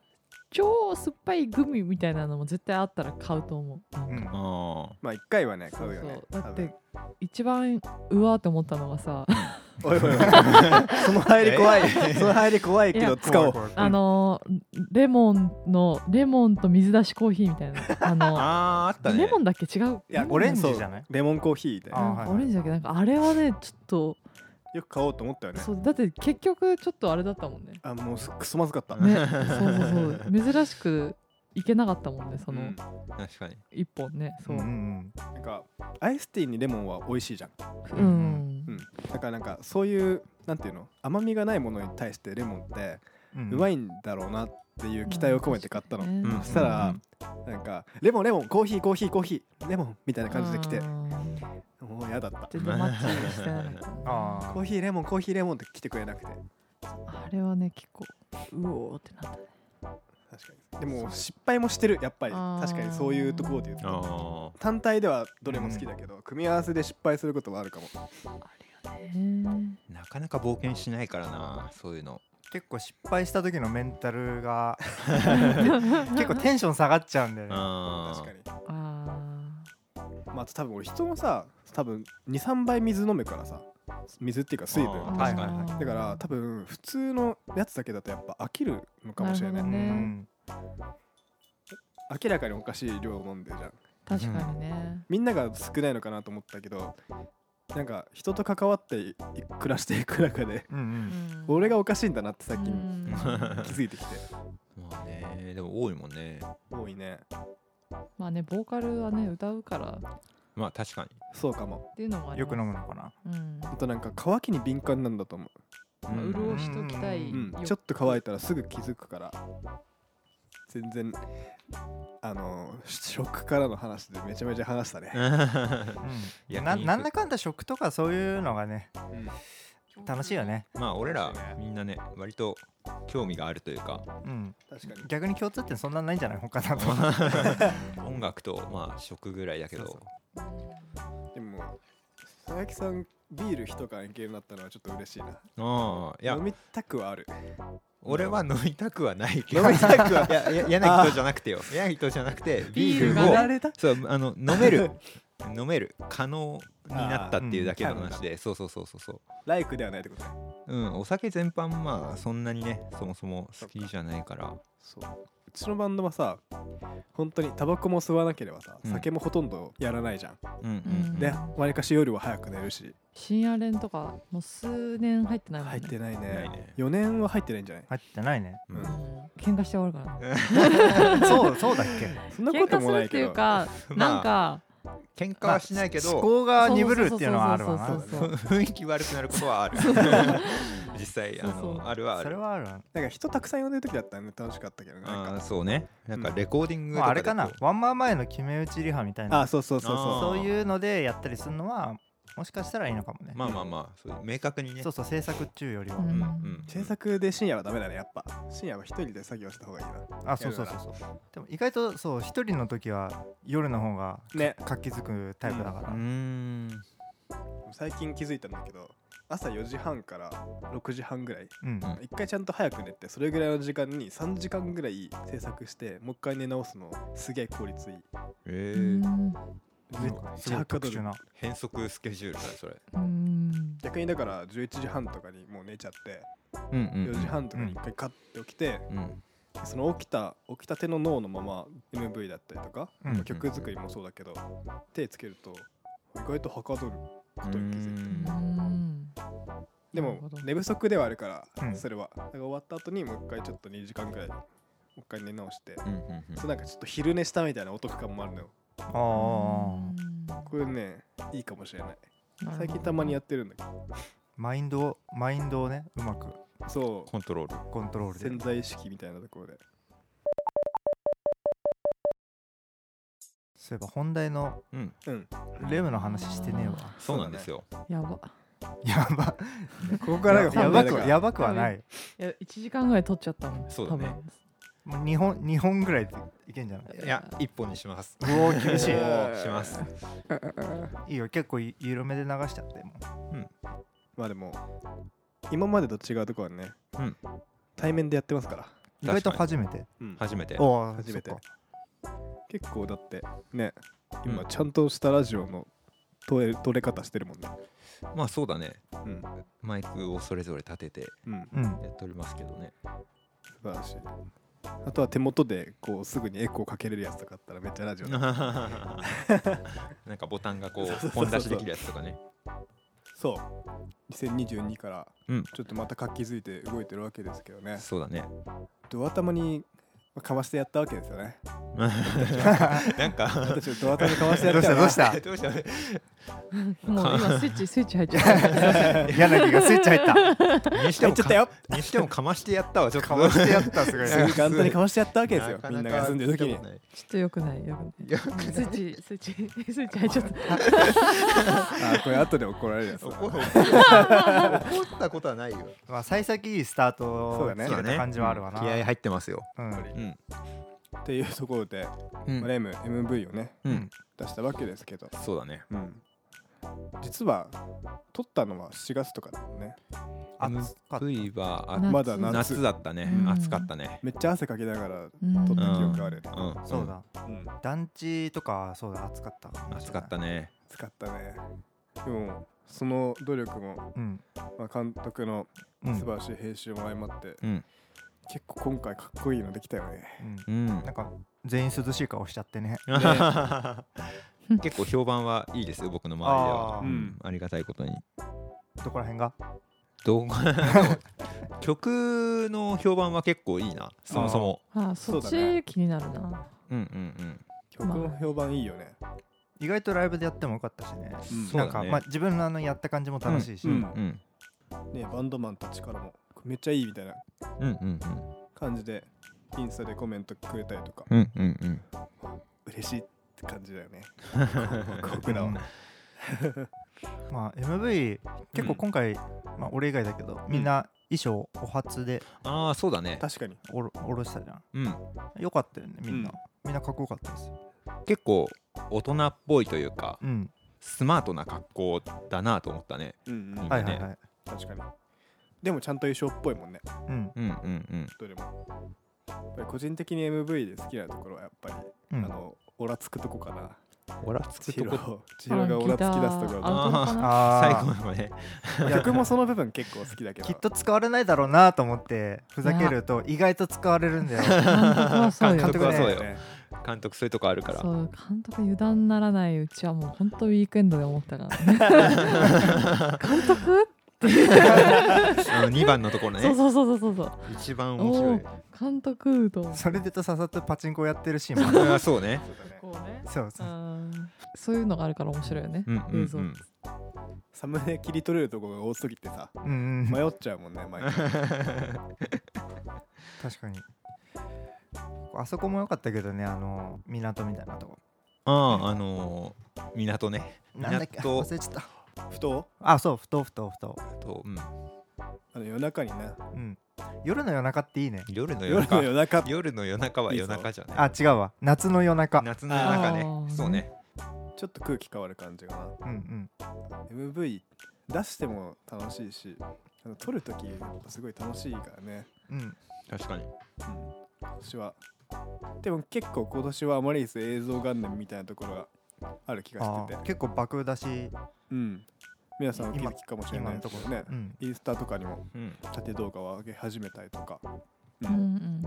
S4: 超酸っぱいグミみたいなのも絶対あったら買うと思うなんか、
S1: うん
S3: あ
S2: まあ一回はね
S4: そ
S2: 買
S4: う
S2: うよ
S4: そう、
S2: ね
S4: だって一番うわーって思ったのがさ
S2: 多 分おいおいおいその入り怖いその入り怖いけど使おう
S1: 怖い怖い
S4: あのーレモンのレモンと水出しコーヒーみたいなあ
S3: あ
S4: の
S3: あったね
S4: レモンだっけ違う
S2: いや
S1: オレンジじゃない
S2: そうレモンコーヒーみたい
S1: あ
S2: な
S4: なん
S1: はい
S4: か
S1: はい
S4: オレンジだっけなんかあれはねちょっと
S2: よく買おうと思ったよね
S4: そうだって結局ちょっとあれだったもんね
S2: あもうすクソまずかった
S4: ねそうそうそう珍しくいけなかったもんね そ
S2: うん
S4: の
S3: 確かに
S4: 一本ねそううん
S1: うん
S2: なんかアイスティーにレモンは美味しいじゃん
S4: うん、
S2: うんだからなんかそういうなんていうの甘みがないものに対してレモンって
S1: うん
S2: うまいんだろうなっていう期待を込めて買ったの、
S4: うん
S3: うん
S2: そしたらなんか「レモンレモンコーヒーコーヒーコーヒーレモン」みたいな感じで来て
S4: あー
S2: もうやだった
S4: 全然マッチしてなかったね
S1: あー
S2: コーヒーレモンコーヒーレモンって来てくれなくて
S4: あれはね結構うおーってなったね
S2: 確かにでも失敗もしてるやっぱり
S4: あー
S2: 確かにそういうところで言うと
S3: あ
S2: 単体ではどれも好きだけど、組み合わせで失敗することはあるかも
S4: あれよね
S3: ーなかなか冒険しないからなそういうの
S1: 結構失敗した時のメンタルが結構テンション下がっちゃうんだよね
S3: 確
S2: 確かに
S4: あ
S2: まあ多分俺人もさ多分23倍水飲むからさ水っていうか水分
S3: あ
S4: ー
S3: ー
S1: はいはいはい
S4: あー
S2: だから多分普通のやつだけだとやっぱ飽きるのかもしれない
S4: なるほどね
S1: うん
S2: 明らかにおかしい量飲んでるじゃん
S4: 確かにね、
S2: みんなが少ないのかなと思ったけどなんか人と関わってい暮らしていく中で
S1: うんうん
S4: うん
S2: 俺がおかしいんだなってさっき
S4: うん
S2: 気づいてきて
S3: まあねでも多いもんね
S2: 多いね
S4: まあねボーカルはね歌うからっ
S3: まあ確かに
S2: そうかも
S4: ていうのもあり
S1: よ
S4: ます
S1: く飲むのかな
S4: うん
S2: あとなんか乾きに敏感なんだと思う、
S4: まあ
S3: うん
S4: 潤しときたい、
S2: うん、ちょっと乾いたらすぐ気づくから全然あの食からの話でめちゃめちゃ話したね、
S1: うん
S3: いや
S1: ない
S3: い
S1: なんだかんだ食とかそういうのがね
S2: うん
S1: 楽しいよね、
S3: まあ俺らみんなね割と興味があるというか
S1: うん、
S2: 確かに
S1: 逆に共通点そんなないんじゃない他だ と
S3: 音楽とまあ食ぐらいだけど
S2: そうでも佐々木さんビール一缶いけるようになったのはちょっと嬉しいな
S3: ああいや
S2: 飲みたくはある
S3: 俺は飲みたくはないけ
S2: 飲
S3: ど
S2: みたく
S3: い
S2: は
S3: やいや嫌な人じゃなくてよ嫌な人じゃな くてビール
S4: ビール
S3: を
S4: が
S2: れた
S3: そうあの飲める飲める可能になったっていうだけの
S2: あーうん
S3: 話で、そうそうそうそうそ
S2: ライクではないってことね
S3: ううんお酒全般まあそんなにねそもそも好きじゃないから
S2: そううちのバンドはさ本当にタバコも吸わなければさ
S3: うん
S2: 酒もほとんどやらないじゃん、
S3: うんうん、うん、
S2: で
S4: う
S2: わりかし夜は早く寝るし
S4: 深夜練とかもう数年入ってないもん
S2: 入
S4: ね
S2: って
S4: ない、
S2: ないね
S3: ないね
S2: 4年は入ってないんじゃない
S1: 入ってないね
S3: うん
S4: 喧嘩して終わるからね
S1: そうそうだっけ
S2: そんな
S4: 喧
S2: こと
S4: 嘩す
S2: も
S4: る
S2: な
S4: っ
S2: い
S4: てい
S2: け
S4: う
S2: ど
S4: か、なんか
S3: 喧嘩はしないけ
S1: 思
S3: ど
S1: 考が鈍るっていうのはあるわな
S4: そうそうそうそう
S3: 雰囲気悪くなることはある 実際あの
S4: そうそう
S3: あるはある
S1: それはあるわ
S2: なんか人たくさん呼んでる時だったらね楽しかったけどねなん
S3: あ
S2: か
S3: ーそうねなんか
S2: うん
S3: レコーディング
S1: も
S3: と
S1: う
S3: か
S1: あ
S3: で
S1: れかな
S3: こう
S1: ワンマン前の決め打ちリハみたい
S2: あ
S1: な
S2: そうそうそう
S3: あ
S2: そ
S1: そういうのでやったりするのはもしかしたらいいのかもね、
S3: まあまあまあそういう明確にね
S1: そうそう制作中よりは、
S4: う
S3: うんんうん
S2: う制作で深夜はダメだねやっぱ深夜は一人で作業した方がいいな
S1: あそうそうそうそうでも意外とそう一人の時は夜の方が
S2: ね
S1: 活気づくタイプだから、
S3: うーん
S2: 最近気づいたんだけど朝4時半から6時半ぐらい
S1: うん
S3: うん
S2: 一回ちゃんと早く寝てそれぐらいの時間に3時間ぐらい制作してもう一回寝直すのすげえ効率いい
S3: え
S4: う
S3: ー
S4: ん
S1: めっ
S2: ち
S1: ち
S2: ゃ
S1: ゃ
S2: はか
S1: 特殊
S2: どる
S1: な
S3: 変則スケジュールだねそれ
S4: うん
S2: 逆にだから11時半とかにもう寝ちゃって
S3: うんうんうん
S2: 4時半とかに一回カッて起きて
S3: うん
S2: その起きた起きたての脳のまま MV だったりとか、
S1: うんうんうん
S2: 曲作りもそうだけど手つけると意外とはかどることに気づいて
S4: うん
S2: で
S4: なるほ
S2: も
S4: ど
S2: 寝不足ではあるから、
S1: うん
S2: それはだから終わった後にもう一回ちょっと2時間ぐらいもう一回寝直して、
S3: うんうんうん
S2: そうなんかちょっと昼寝したみたいなお得感もあるのよ
S1: あー
S2: これねいいかもしれない
S4: なるほど
S2: 最近たまにやってるんだけ
S1: マインドをマインドをねうまく
S2: どそ
S3: コントロール
S1: コントロー
S2: う
S1: ルで
S2: 潜在意識みたいなところで
S1: そういえば本題の
S3: うん
S2: うん
S1: レムの話してねえわ
S3: そうなんですよ
S4: やば
S1: やば
S2: ここからが
S1: や
S2: 本
S1: ば
S2: 題だ
S1: く
S2: から
S1: やばくはない
S4: いや1時間ぐらい取っちゃったもん
S3: そうだね
S4: 多分
S1: もう2本二本ぐらいでいけんじゃない
S3: いや一本にします
S1: うおー厳しい
S3: 一本にします
S1: いいよ結構ゆ緩めで流しちゃっても
S2: まあでも今までと違うところはね、
S3: うん
S2: 対面でやってますから、
S1: う意外と
S3: 確か
S1: 初めて
S2: うん
S3: 初めて
S1: おお
S2: 初めて
S1: そっか
S2: 結構だってね今
S3: うん
S2: ちゃんとしたラジオの撮れ撮れ方してるもんね
S3: まあそうだね
S2: うん
S3: マイクをそれぞれ立てて
S2: うん
S1: うん
S3: やっておりますけどね
S2: 素晴らしいあとは手元でこうすぐにエコーかけれるやつとかあったらめっちゃラジオだ
S3: なんかボタンがこ
S2: そうそうそう
S3: う
S2: そう
S3: 本出しできるやつとかね
S2: そう2022から
S3: うん
S2: ちょっとまた活気づいて動いてるわけですけどね、
S3: そうだね
S2: ドア玉にまあかわしてやったわけですよね
S3: なんか
S2: 私はドア玉にかわしてや
S1: ど
S2: っ
S1: うしたた
S2: よ
S1: どう
S2: な
S1: した
S3: どうした
S4: もう今スイッチスイッチ入っちゃった
S1: 柳がスイッチ入った
S3: にして
S2: やっちゃ
S3: もか
S2: ったよ
S3: にしてもかましてやったわちょっと
S1: かましてやったすごい
S2: す
S1: ね
S2: ぐ簡単にかわしてやったわけですよ
S3: なか
S2: みん
S3: な
S2: な
S3: か
S2: が休んでる時に
S4: ちょっとよくないよく
S3: よ
S4: ないスイッチスイッチスイッチ入っちゃった
S2: あこれ後で怒られるやつだな
S3: 怒る怒ったことはないよ
S1: まあ幸先いいスタート
S2: そう
S1: を
S2: だね
S1: 切れた感じはあるわな
S3: 気合入ってますよ
S1: うん
S3: うん
S2: っていうところで、
S3: う
S2: まあレム MV をね
S3: うん
S2: 出したわけですけど、
S3: そうだね
S2: うん、実は撮ったのは7月とかだもんね
S1: 暑かった
S3: V はあ
S4: 夏
S2: まだ夏
S3: 夏だったね
S4: うん
S3: 暑かったね
S2: めっちゃ汗かきながら
S4: うん
S2: 撮っ
S3: う
S2: た記
S3: ん
S2: 憶ある、
S3: うん
S1: そうだ
S2: うん
S1: 団地とかそうだ暑かったかもしれない
S3: 暑かったね
S2: 使ったねでもその努力も、
S1: うん
S2: まあ、監督の
S1: うん
S2: 素晴らしい編集も相まって、
S3: うん
S2: 結構今回かっこいいのできたよね
S1: うん
S3: うん
S1: なんか全員涼しい顔しちゃってね
S3: 結構評判はいいですよ僕の周りでは
S1: あー
S3: うんありがたいことに
S1: どこら辺が
S3: どう曲の評判は結構いいなそもそも
S4: あそっ
S2: そうだね
S4: ち気になるな
S3: うんうん
S2: 曲の評判いいよね、
S1: 意外とライブでやってもよかったしね
S2: うん
S3: そう
S1: な
S3: だね
S1: んかまあ自分のあのやった感じも楽しいし
S2: うん
S3: うんうん
S2: ねバンドマンたちからもめっちゃいいみたいな
S3: うんうん
S2: 感じでインスタでコメントくれたりとか、
S3: うんうんうんうん
S2: 嬉しいって感じだよね僕らは、
S1: まあ MV 結構今回まあ俺以外だけどみんな衣装お初で
S3: ああそうだね
S2: 確かに
S1: おろおろしたじゃ
S3: うん
S1: んよかったよねみんな
S2: うん
S1: みんなかっこよかったですよ
S3: 結構大人っぽいというか
S1: うん
S3: スマートな格好だなと思ったね
S2: うんうん、
S3: はい
S1: はいはいはい
S2: 確かにでもちゃんと衣装っぽいもんね
S1: うん
S3: うんうん
S2: どれもやっぱり個人的に MV で好きなところはやっぱり、
S1: うん
S2: あのオラつくとこかな
S3: うんオラつく
S2: 千
S3: とこ
S2: 尋千尋がオラつき出すところだ
S3: あ
S4: アウトロか な
S3: 最
S1: あ
S3: 後
S1: あ
S3: まで
S2: 曲もその部分結構好きだけど
S1: きっと使われないだろうなと思ってふざけると意外と使われるんだ よ
S4: 監督はそうよ
S3: 監督はそうよ
S2: ね
S3: 監督そういうとこあるから
S4: そう監督油断ならないうちはもう本当ウィークエンドで思ったからね監督、
S3: あの2番のところ
S4: そう
S3: ね
S4: そうそうそうそう
S3: 一番面白い
S4: 監督と思って
S1: それで言うとささとパチンコやってるシ ーンもある
S3: あーそうね
S2: そうだね
S4: こうね
S1: そうそう
S4: うんそういうのがあるから面白いよね
S3: うんうんう
S4: 映像
S3: ん
S2: サムネ切り取れるところが多すぎてさ
S1: うんうん
S2: 迷っちゃうもんね毎回
S1: 確かにあそこも良かったけどねあの港みたいなとこ
S3: あああのー港ね
S1: なんだっけ
S3: 港
S1: 忘れちゃった
S2: ふと
S1: あそうふとふとふと
S3: と、うん、
S2: あの夜中にね
S1: うん夜の夜中っていいね
S3: 夜の夜
S2: 夜の
S3: 中
S2: 夜中ち
S3: 夜の夜中は夜中じゃない
S1: あ違うわ夏の夜中
S3: 夏の夜中
S4: あ
S3: ね
S4: ー
S3: そうね
S2: ょっと空気変わる感じがな
S1: うんうん
S2: MV 出しても楽しいしあの撮るときやっぱすごい楽しいからね、
S1: うん
S3: 確かに
S2: うん、今年はでも結構今年はアマリリス映像元年みたいなところがある気が
S1: あ
S2: して
S1: ー
S2: て、
S1: 結構爆出し
S2: うん、皆さんお気づきかもしれ
S1: 今
S2: ない
S1: の
S2: け
S1: とこ
S2: ど
S1: ろ
S2: ね
S1: うん
S2: インスタとかにも
S3: うん
S2: 縦動画を上げ始めたりとか、う
S4: うん
S2: ん
S4: うん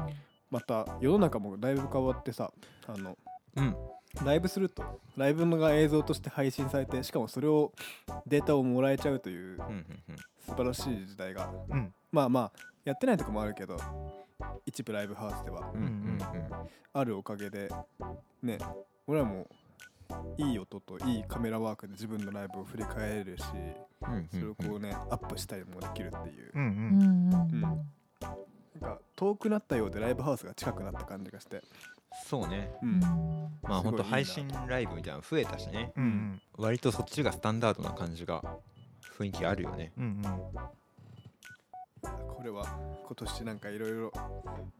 S2: また世の中もだいぶ変わってさあの
S3: うん
S2: ライブするとライブが映像として配信されてしかもそれをデータをもらえちゃうという
S3: うんうんうん
S2: 素晴らしい時代が
S1: うん
S2: まあまあやってないとこもあるけど一部ライブハウスでは
S3: うんうん
S2: あるおかげでね俺らもいい音といいカメラワークで自分のライブを振り返れるし
S3: うん
S2: それを
S3: うん
S2: こうねアップしたりもできるっていう
S1: うんう
S4: うんんうん
S2: うんなんか遠くなったようでライブハウスが近くなった感じがして
S3: そうね
S2: う
S4: うんん
S3: まあ
S2: すご
S3: ほ
S2: い
S3: んと配
S2: い
S3: 信ライブみたいなの増えたしね
S1: うんうん
S3: 割とそっちがスタンダードな感じが雰囲気あるよね
S1: うんうん
S2: これは今年なんかいろいろ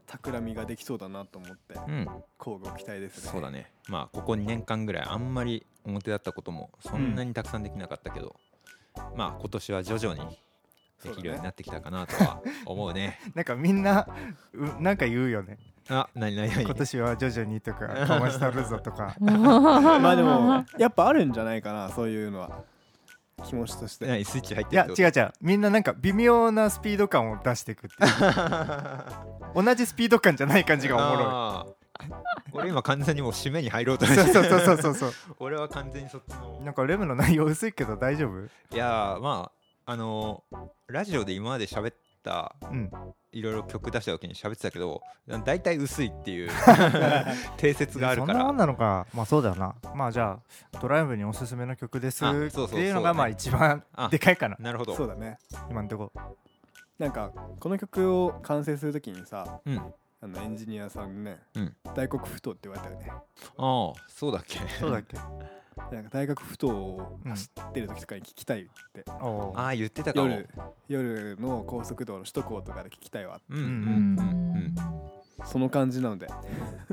S2: 企みができそうだなと思って
S3: うん
S2: 交互期待ですね
S3: そうだねまあここ2年間ぐらいあんまり表だったこともそんなにたくさんできなかったけど、まあ今年は徐々にできるようになってきたかなとは思うね
S1: なんかみんなうなんか言うよ ね
S3: あなになになに
S1: 今年は徐々に とかかましたるぞと か
S2: まあでもやっぱあるんじゃないかなそういうのは気持ちとして
S3: 何スイッチ入っ
S1: い
S3: てる
S1: や違う違うみんななんか微妙なスピード感を出していくっていう 同じスピード感じゃない感じがおもろ
S3: ろい俺今完全にもう締めに入ろうと
S1: いそう
S3: して
S1: そうそうそうそう
S3: 俺は完全にそっちの
S1: なんかレムの内容薄いけど大丈夫
S3: いやーまああのーラジオで今まで喋った
S1: うん
S3: いろいろ曲出した時に喋ってたけど大体薄いっ ていう定説がある
S1: そん
S3: か
S1: なも
S3: ら
S1: んなのかまあそうだよなまあじゃあドライブにおすすめの曲です
S3: あそうそう
S1: っていうの
S3: そうだ
S1: が
S3: ね
S1: まあ一番
S3: あ
S1: でかいかな
S3: なるほど
S2: そうだね
S1: 今んとこ
S2: なんかこの曲を完成するときにさ
S3: うん
S2: あのエンジニアさんね、
S3: うん
S2: 大黒ふ頭って言われたよね
S3: ああそうだっけ
S1: そうだっけ
S2: なんか大黒ふ頭を
S1: うん
S2: 走ってる時とかに聞きたいって、
S1: おー
S3: ああ言ってたかも
S2: 夜夜の高速道路首都高とかで聞きたいわ
S3: うんうん
S4: う
S3: うんうん
S4: ん
S2: その感じなので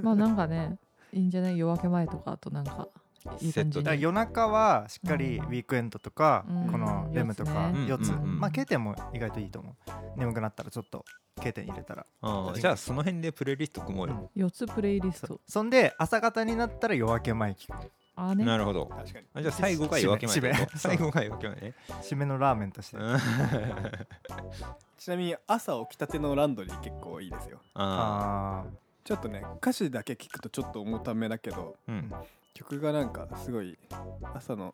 S4: まあなんかねいいんじゃない夜明け前とかあとなんかいい感じ
S3: セット
S1: だから
S4: に
S1: 夜中はしっかりウィークエンドとか、
S4: うん
S1: このレムとか
S3: うん
S1: 4つ、
S3: うんうん
S1: まあ K 点も意外といいと思う眠くなったらちょっと K 点入れたら
S3: ああじゃあその辺でプレイリスト組もうよ、
S4: 4つプレイリス
S1: そ
S4: ト
S1: そんで朝方になったら夜明け前聞く
S4: ああね
S3: なるほど
S2: 確かに
S3: あじゃあ最後が夜明け前
S1: 締め
S3: だ
S1: 締
S3: ね
S1: め
S3: 最後が夜明け前ね
S1: 締めのラーメンとして、
S3: うん
S2: ちなみに朝起きたてのランドリー結構いいですよ
S3: ああ
S1: あ
S2: ちょっとね歌詞だけ聞くとちょっと重ためだけど
S3: うん
S2: 曲がなんかすごい朝の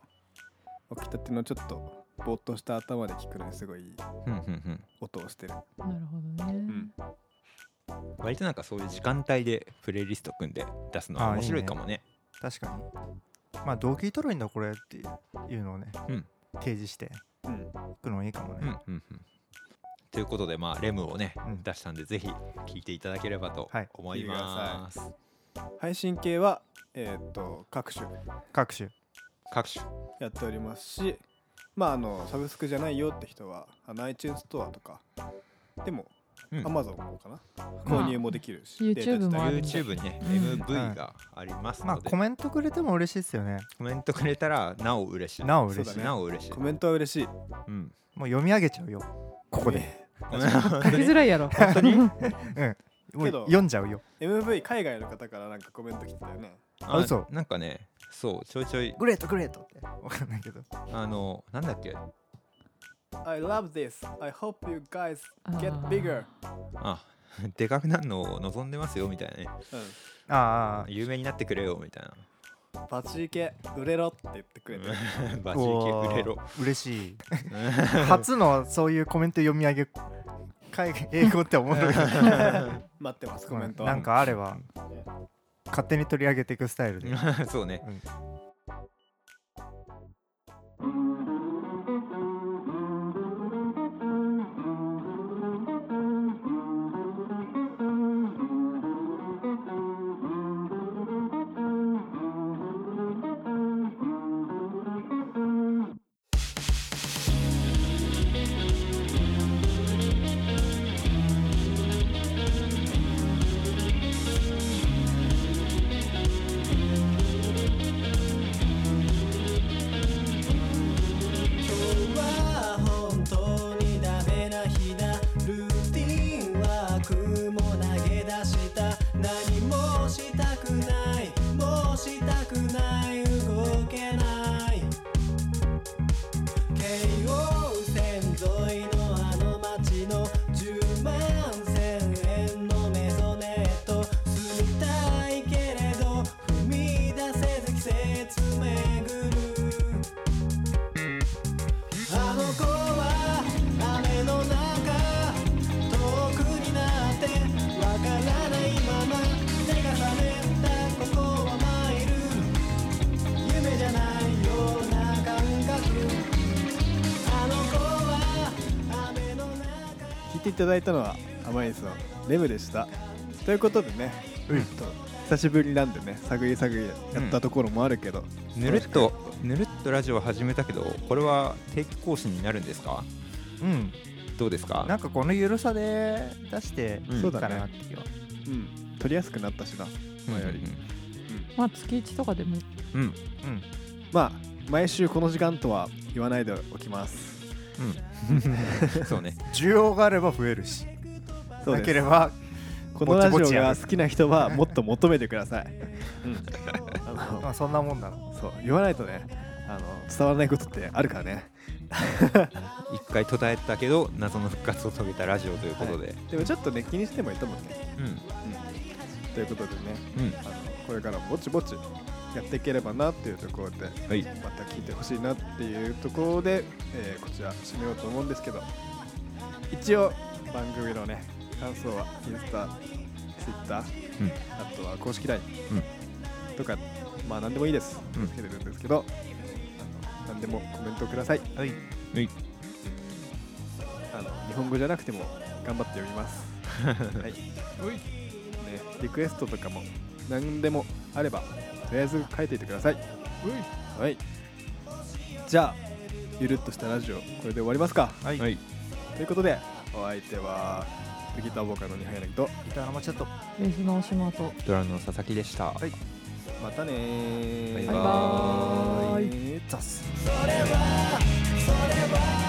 S2: 起きたてのちょっとぼーっとした頭で聞くのにすごいいい
S3: うんうんうん
S2: 音をしてる、
S4: なるほどね、
S2: うん、
S3: 割となんかそういう時間帯でプレイリスト組んで出すのは面白いかもね
S1: ー確かにまあ動機取るんだこれっていうのをね、
S3: うん
S1: 提示して
S2: うん、
S1: いくのもいいかも
S3: うん
S1: ね、
S3: うんうんということでまあレムをね、
S1: うん
S3: 出したんでぜひ聴いていただければと
S1: はい
S3: 思います、
S2: 配信系はえーっと各種
S1: 各種
S3: 各種
S2: やっておりますしまああのサブスクじゃないよって人はあの iTunes ストアとかでも、
S3: うん
S2: Amazon の方かな
S4: まあ
S2: 購入もできるし、
S4: YouTube
S2: データ自体
S4: もある
S3: YouTube にね、
S4: うん
S3: MV があります
S1: まあ
S3: ので、
S1: コメントくれても嬉しいですよね
S3: コメントくれたらなお嬉しい
S1: なお嬉
S2: そ
S1: し
S2: う
S1: い、
S2: だね
S3: なお嬉しい
S2: コメントは嬉しい
S3: うん
S1: もう読み上げちゃうよここで、
S2: ね
S4: 書きづらいやろ本当に
S1: もう
S2: けど
S1: 読んじゃうよ
S2: MV 海外の方からなんかコメント来てたよね
S3: あ
S1: 嘘
S3: なんかねそうちょいちょい
S1: グレートグレートってわかんないけど
S3: あのなんだっけ
S2: I love this I hope you guys
S4: あ
S2: get
S4: ー
S2: bigger
S3: あでかくなるのを望んでますよみたいなね
S2: う
S1: あーあー
S3: 有名にな ってくれよみたい
S2: んバチーケ売れろって言ってくれてる
S3: なバチ
S1: おー
S3: ーキくれろ
S1: 嬉しい初のそういうコメント読み上げ海外英語って思う
S2: 待ってますコメント
S1: なんかあれば勝手に取り上げていくスタイルで
S3: そうね、
S1: うん
S2: 「いただいたのは甘いですのレムでしたということでね、
S1: うん
S2: ちょっと久しぶりなんでね探り探りやったところもあるけど、
S3: ぬるっとぬるっとラジオ始めたけどこれは定期更新になるんですか
S1: うん
S3: どうですか
S1: なんかこのゆるさで出して
S3: うん
S1: いいかなって気は
S2: うん、取りやすくなったしな
S3: うんうん
S4: まあ月1とかでも
S3: うんうん
S2: まあ毎週この時間とは言わないでおきます
S3: うん そうね
S1: 需要があれば増えるし
S2: そう
S1: な
S2: で
S1: け
S2: す
S1: れば
S2: このラジ
S1: ぼ
S2: オ
S1: ちぼちや
S2: が
S1: る
S2: 好きな人はもっと求めてください、うん、あ
S1: まあ そんなもんだろ
S2: のそう言わないとねあの伝わらないことってあるからね
S3: 一回途絶えたけど謎の復活を遂げたラジオということで、
S2: でもちょっとね気にしてもいたもんね、
S3: う
S2: ということでね
S3: んうん
S2: あのこれからもぼちぼちやっていければなっていうところで
S3: はい
S2: また聞いてほしいなっていうところで、えーこちら締めようと思うんですけど一応番組のね感想はインスタツイッター、
S3: うん
S2: あとは公式 LINE、とかまあ何でもいいです、
S3: うん
S2: つけてるんですけどあの何でもコメントくださいう
S1: はい
S3: はい
S2: あの日本語じゃなくても頑張って読みます はい、ね、リクエストとかも何でもあればとりあえず書いていてくださいはいじゃあゆるっとしたラジオこれで終わりますか
S1: はい、
S3: はい
S2: ということでお相手はギターボーカルの二原と
S1: ギターのまちょっと
S4: ベースのお島と
S3: ドラムの佐々木でした、
S1: い
S2: またねー
S3: バイ
S4: バイバ
S2: イ
S1: ザス
S5: それはそれは